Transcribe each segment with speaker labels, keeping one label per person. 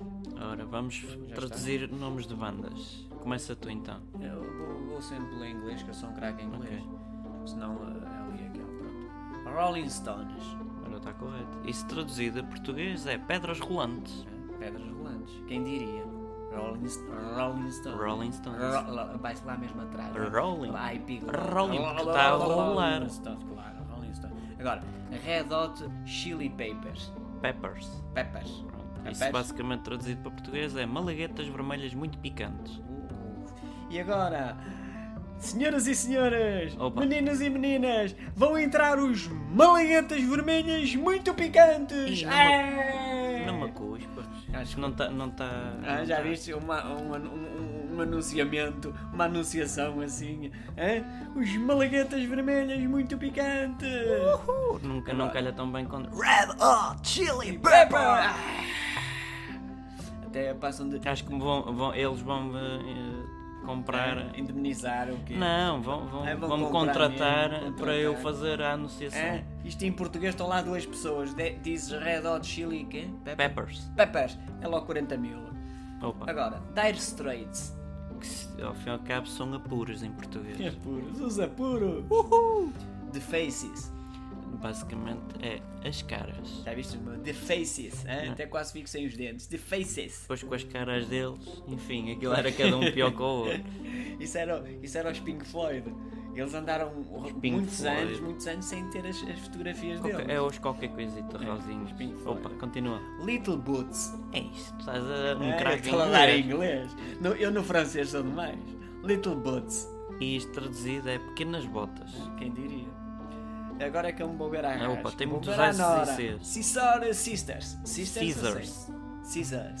Speaker 1: Bora, vamos
Speaker 2: está.
Speaker 1: traduzir nomes de bandas. Começa tu então.
Speaker 2: É, Eu vou, vou sempre ler em inglês, que eu sou um craque em inglês. Senão uh, eu ia aqui, ó, pronto. Rolling Stones. né?
Speaker 1: Agora está correto. Isso traduzido a português é Pedras Rolantes.
Speaker 2: né? Pedras rolantes. Quem diria? Rolling, St- Rolling Stones.
Speaker 1: Rolling Stones.
Speaker 2: Ro- lá- Vai-se lá mesmo atrás. né?
Speaker 1: Rolling.
Speaker 2: Lá, aí, pico.
Speaker 1: Rolling, porque tá a rolar.
Speaker 2: Rolling Stones, claro. Rolling Stones. Agora, Red Hot Chili Peppers.
Speaker 1: Peppers.
Speaker 2: Peppers.
Speaker 1: Pronto. Isso
Speaker 2: Peppers.
Speaker 1: basicamente traduzido para português é Malaguetas Vermelhas Muito Picantes.
Speaker 2: Uh, E agora, senhoras e senhores,
Speaker 1: Opa.
Speaker 2: meninos e meninas, vão entrar os malaguetas vermelhas muito picantes.
Speaker 1: Ih, não me-
Speaker 2: É!
Speaker 1: Não me cuspas.
Speaker 2: Acho que-
Speaker 1: Não está. Não tá,
Speaker 2: Ah,
Speaker 1: não
Speaker 2: já
Speaker 1: tá.
Speaker 2: viste uma, um, um, um, um anunciamento, uma anunciação assim? Hã? Os malaguetas vermelhas muito picantes!
Speaker 1: Uh, Nunca, não calha tão bem quando.
Speaker 2: Red Hot Chili Pepper! Até passam de
Speaker 1: Acho que vão, vão- eles vão eh, comprar.
Speaker 2: Ah, indemnizar o quê?
Speaker 1: Não, vão, vão,
Speaker 2: Ah, vão
Speaker 1: vão me
Speaker 2: comprar
Speaker 1: contratar
Speaker 2: mesmo, contratar.
Speaker 1: para eu fazer a anunciação.
Speaker 2: Hã? É, Isto em português estão lá duas pessoas. De- dizes Red Hot Chili quê? Pepper?
Speaker 1: Peppers.
Speaker 2: Peppers. É logo 40 mil.
Speaker 1: Opa.
Speaker 2: Agora, Dire Straits.
Speaker 1: que se- ao fim e ao cabo são apuros em português.
Speaker 2: Apuros, os
Speaker 1: é
Speaker 2: apuros! The Faces.
Speaker 1: Basicamente é as caras.
Speaker 2: Já viste, meu? The Faces, hein?
Speaker 1: Não.
Speaker 2: até quase fico sem os dentes. The Faces.
Speaker 1: Depois com as caras deles, enfim, aquilo era cada um pior que o outro.
Speaker 2: Isso era, isso era os Pink Floyd. Eles andaram
Speaker 1: Pink
Speaker 2: muitos
Speaker 1: Floyd.
Speaker 2: anos, muitos anos sem ter as, as fotografias
Speaker 1: Qualquer-
Speaker 2: deles.
Speaker 1: é os qualquer coisita, rosinhos.
Speaker 2: os Pink Floyd.
Speaker 1: Opa, continua.
Speaker 2: Little Boots.
Speaker 1: É isto, estás a um
Speaker 2: É,
Speaker 1: craque
Speaker 2: eu falar em
Speaker 1: em inglês.
Speaker 2: inglês. No- eu no francês sou demais. Little Boots.
Speaker 1: E isto traduzido é pequenas botas.
Speaker 2: Quem diria? Agora é que eu me vou ver à
Speaker 1: Ah, opa,
Speaker 2: rasca.
Speaker 1: tem
Speaker 2: Vou
Speaker 1: muitos
Speaker 2: ver à
Speaker 1: S's e
Speaker 2: Nora.
Speaker 1: C's.
Speaker 2: Scissor Sisters. Sisters, eu sei.
Speaker 1: Scissors.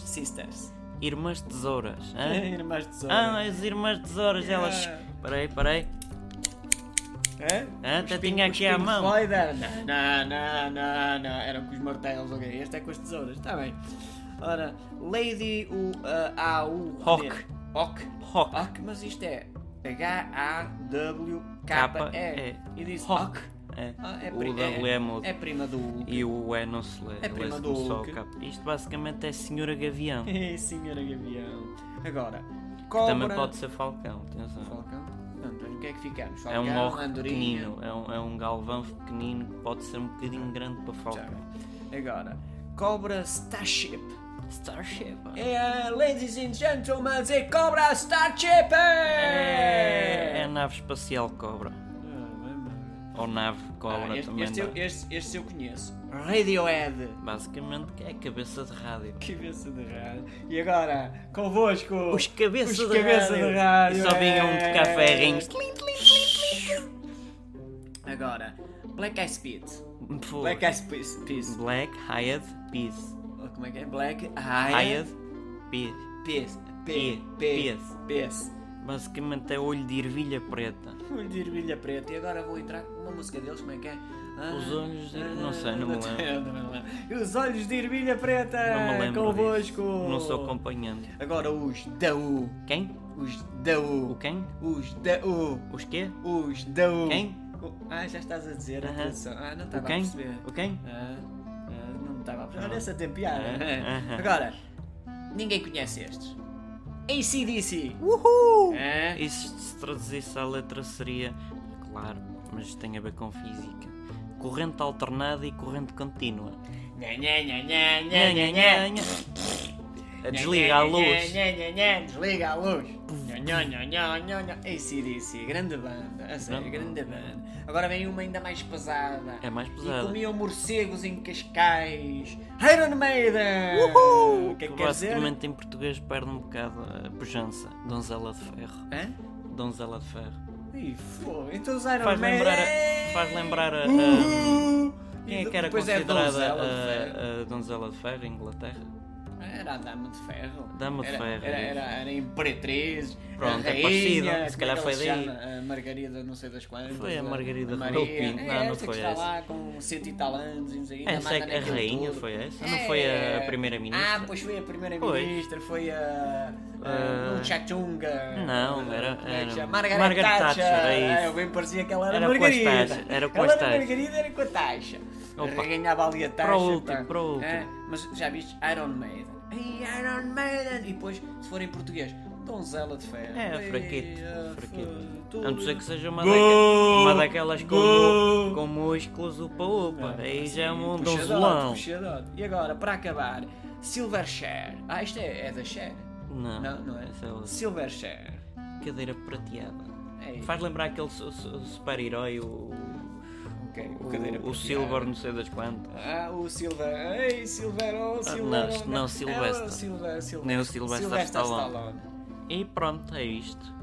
Speaker 1: Sisters.
Speaker 2: Sisters.
Speaker 1: Irmãs tesouras. hã?
Speaker 2: Irmãs de tesoura.
Speaker 1: Ah, as irmãs tesouras, elas.
Speaker 2: É, Yeah.
Speaker 1: Parei, parei. Hã?
Speaker 2: Hã? Os
Speaker 1: é? Ah, Até
Speaker 2: Pink-
Speaker 1: tinha
Speaker 2: os
Speaker 1: aqui à
Speaker 2: Pink
Speaker 1: mão.
Speaker 2: Floyd era- Não, não, não, não. Eram com os martelos, ok? Este é com as tesouras. Está bem. Ora, Lady U uh, A U
Speaker 1: Hawk.
Speaker 2: Hawk.
Speaker 1: Rock.
Speaker 2: Hawk, mas isto é
Speaker 1: K-A-E.
Speaker 2: H-A-W-K-E. E diz
Speaker 1: Hawk.
Speaker 2: Hawk.
Speaker 1: É.
Speaker 2: Ah, é, pri-
Speaker 1: O W é mudo.
Speaker 2: é, é prima do U.
Speaker 1: E o E não se lê.
Speaker 2: É prima
Speaker 1: lê-se
Speaker 2: do
Speaker 1: só
Speaker 2: Hulk.
Speaker 1: o K. Isto basicamente é Senhora Gavião. que
Speaker 2: Ei, senhora Gavião. Agora, cobra...
Speaker 1: Também pode ser Falcão, atenção.
Speaker 2: Falcão? Não, então o que é que ficamos?
Speaker 1: É
Speaker 2: Falcão,
Speaker 1: um morro
Speaker 2: andorinha.
Speaker 1: pequenino, é um, é um galvão pequenino que pode ser um bocadinho grande para Falcão.
Speaker 2: Agora, cobra Starship.
Speaker 1: Starship.
Speaker 2: É, ladies and gentlemen, é Cobra Starship!
Speaker 1: É, é a nave espacial cobra. Ou nave cobra
Speaker 2: Ah, este,
Speaker 1: também. é?
Speaker 2: este, eu,
Speaker 1: dá.
Speaker 2: este, este eu conheço. Radiohead.
Speaker 1: Basicamente que é cabeça de rádio.
Speaker 2: Cabeça de rádio. E agora, convosco.
Speaker 1: Os cabeças
Speaker 2: Os
Speaker 1: de
Speaker 2: cabeça
Speaker 1: rádio.
Speaker 2: de rádio,
Speaker 1: E só vinham
Speaker 2: é.
Speaker 1: tocar ferrinhos.
Speaker 2: Agora, Black Eyed Peas.
Speaker 1: Pô.
Speaker 2: Black Eyed Peas. Peas.
Speaker 1: Black Hyatt Peace.
Speaker 2: Como é que é? Black Eyed
Speaker 1: Hyatt Peace.
Speaker 2: Peas. P.
Speaker 1: Peas.
Speaker 2: P. Peas.
Speaker 1: Basicamente é olho de ervilha preta.
Speaker 2: Olho Um de ervilha preta. E agora vou entrar com uma música deles, como é que é? Ah,
Speaker 1: Os olhos de- não sei, não me lembro.
Speaker 2: tenho, não me lembro. Os olhos de ervilha preta!
Speaker 1: Não me lembro.
Speaker 2: É, Convosco!
Speaker 1: disso. Não sou acompanhante.
Speaker 2: Agora os Daú.
Speaker 1: Quem?
Speaker 2: Os Daú.
Speaker 1: O quem?
Speaker 2: Os Daú.
Speaker 1: Os quê?
Speaker 2: Os Daú.
Speaker 1: Quem?
Speaker 2: O- Ah, já estás a dizer,
Speaker 1: Aham.
Speaker 2: atenção. Ah, não
Speaker 1: O
Speaker 2: estava a
Speaker 1: quem?
Speaker 2: perceber.
Speaker 1: O quem?
Speaker 2: Ah, ah, não estava a perceber. Olha essa tempiada.
Speaker 1: Aham.
Speaker 2: Agora, ninguém conhece estes. ACDC.
Speaker 1: Uhul!
Speaker 2: Ah,
Speaker 1: E se se traduzisse à letra seria, claro, mas isto tem a ver com física. Corrente alternada e corrente contínua.
Speaker 2: Nha, nha, nha, nha, nha,
Speaker 1: Nha,
Speaker 2: nha,
Speaker 1: nha,
Speaker 2: nha.
Speaker 1: nha, nha. A Desliga a luz.
Speaker 2: Desliga a luz. ACDC, grande banda. A sério, grande
Speaker 1: Grande
Speaker 2: banda. Agora vem uma ainda mais pesada.
Speaker 1: É mais
Speaker 2: E
Speaker 1: pesada.
Speaker 2: comiam morcegos em Cascais. Iron Maiden! O que é que quer dizer?
Speaker 1: basicamente em português perde um bocado a pujança. Donzela de ferro.
Speaker 2: Hã?
Speaker 1: Donzela de ferro.
Speaker 2: Ih, fogo. Então os Iron
Speaker 1: Faz
Speaker 2: Maiden.
Speaker 1: lembrar a- faz lembrar a- a-
Speaker 2: Uh!
Speaker 1: Quem
Speaker 2: E
Speaker 1: é que era
Speaker 2: depois Uhum. é
Speaker 1: considerada eh,
Speaker 2: donzela de ferro.
Speaker 1: a, a donzela de ferro em Inglaterra?
Speaker 2: Era a Dama de Ferro.
Speaker 1: Dama de
Speaker 2: era,
Speaker 1: Ferro,
Speaker 2: Era,
Speaker 1: é.
Speaker 2: era, era a Imperatriz.
Speaker 1: Pronto,
Speaker 2: a
Speaker 1: é
Speaker 2: rainha,
Speaker 1: parecido, se
Speaker 2: como é que
Speaker 1: calhar
Speaker 2: ela
Speaker 1: foi
Speaker 2: se
Speaker 1: daí.
Speaker 2: chama? A Margarida, não sei das quantas.
Speaker 1: Foi a Margarida
Speaker 2: Maria.
Speaker 1: Rebelo Pinto,
Speaker 2: É
Speaker 1: não, não
Speaker 2: esta
Speaker 1: foi
Speaker 2: que está
Speaker 1: essa.
Speaker 2: lá com cento e tal anos e não sei o quê, ainda
Speaker 1: Essa é
Speaker 2: mata
Speaker 1: que- a
Speaker 2: naquilo
Speaker 1: rainha
Speaker 2: tudo.
Speaker 1: foi essa? Não foi a
Speaker 2: É.
Speaker 1: primeira-ministra?
Speaker 2: Ah, pois foi a
Speaker 1: Pois.
Speaker 2: primeira-ministra, foi a. a
Speaker 1: Ah.
Speaker 2: Muchachunga.
Speaker 1: Não, era-
Speaker 2: como é que
Speaker 1: era- um-
Speaker 2: chama? Margaret,
Speaker 1: Margaret
Speaker 2: Thatcher.
Speaker 1: Thatcher, é
Speaker 2: Ah,
Speaker 1: isso.
Speaker 2: eu bem parecia que ela era,
Speaker 1: Era com as
Speaker 2: Margarida.
Speaker 1: taxas, era com
Speaker 2: ela
Speaker 1: as
Speaker 2: era
Speaker 1: taxas.
Speaker 2: Margarida, era com a taxa.
Speaker 1: Opa.
Speaker 2: Ganhava ali a taxa.
Speaker 1: Para o último,
Speaker 2: pá.
Speaker 1: para o último.
Speaker 2: É, mas já viste Iron Maiden, "Ei, Iron Maiden! E depois, se for em português, Donzela de Ferro.
Speaker 1: É, fraquito,
Speaker 2: Ei,
Speaker 1: fraquito.
Speaker 2: ah,
Speaker 1: A não ser que seja uma,
Speaker 2: Gol!
Speaker 1: daque- uma daquelas com,
Speaker 2: Gol!
Speaker 1: com músculos upa-upa.
Speaker 2: Ah,
Speaker 1: Aí
Speaker 2: sim,
Speaker 1: já é um
Speaker 2: puxadote,
Speaker 1: donzelão.
Speaker 2: puxadote. E agora, para acabar, Silverchair. Ah, isto é, é da Cher?
Speaker 1: Não,
Speaker 2: Não, não é?
Speaker 1: essa é outra.
Speaker 2: Silverchair.
Speaker 1: Cadeira prateada.
Speaker 2: É isso.
Speaker 1: Faz lembrar aquele su- su- super-herói, o,
Speaker 2: Ok, o,
Speaker 1: o,
Speaker 2: cadeira
Speaker 1: o
Speaker 2: prateada.
Speaker 1: Silver, não sei das quantas.
Speaker 2: Ah, o Silver. Ei, Silver, oh, Silver.
Speaker 1: Ah, não,
Speaker 2: oh,
Speaker 1: não,
Speaker 2: É o
Speaker 1: Sylvester.
Speaker 2: Silver, Silver.
Speaker 1: Nem o Sylvester Stallone.
Speaker 2: Stallone.
Speaker 1: E pronto, é isto.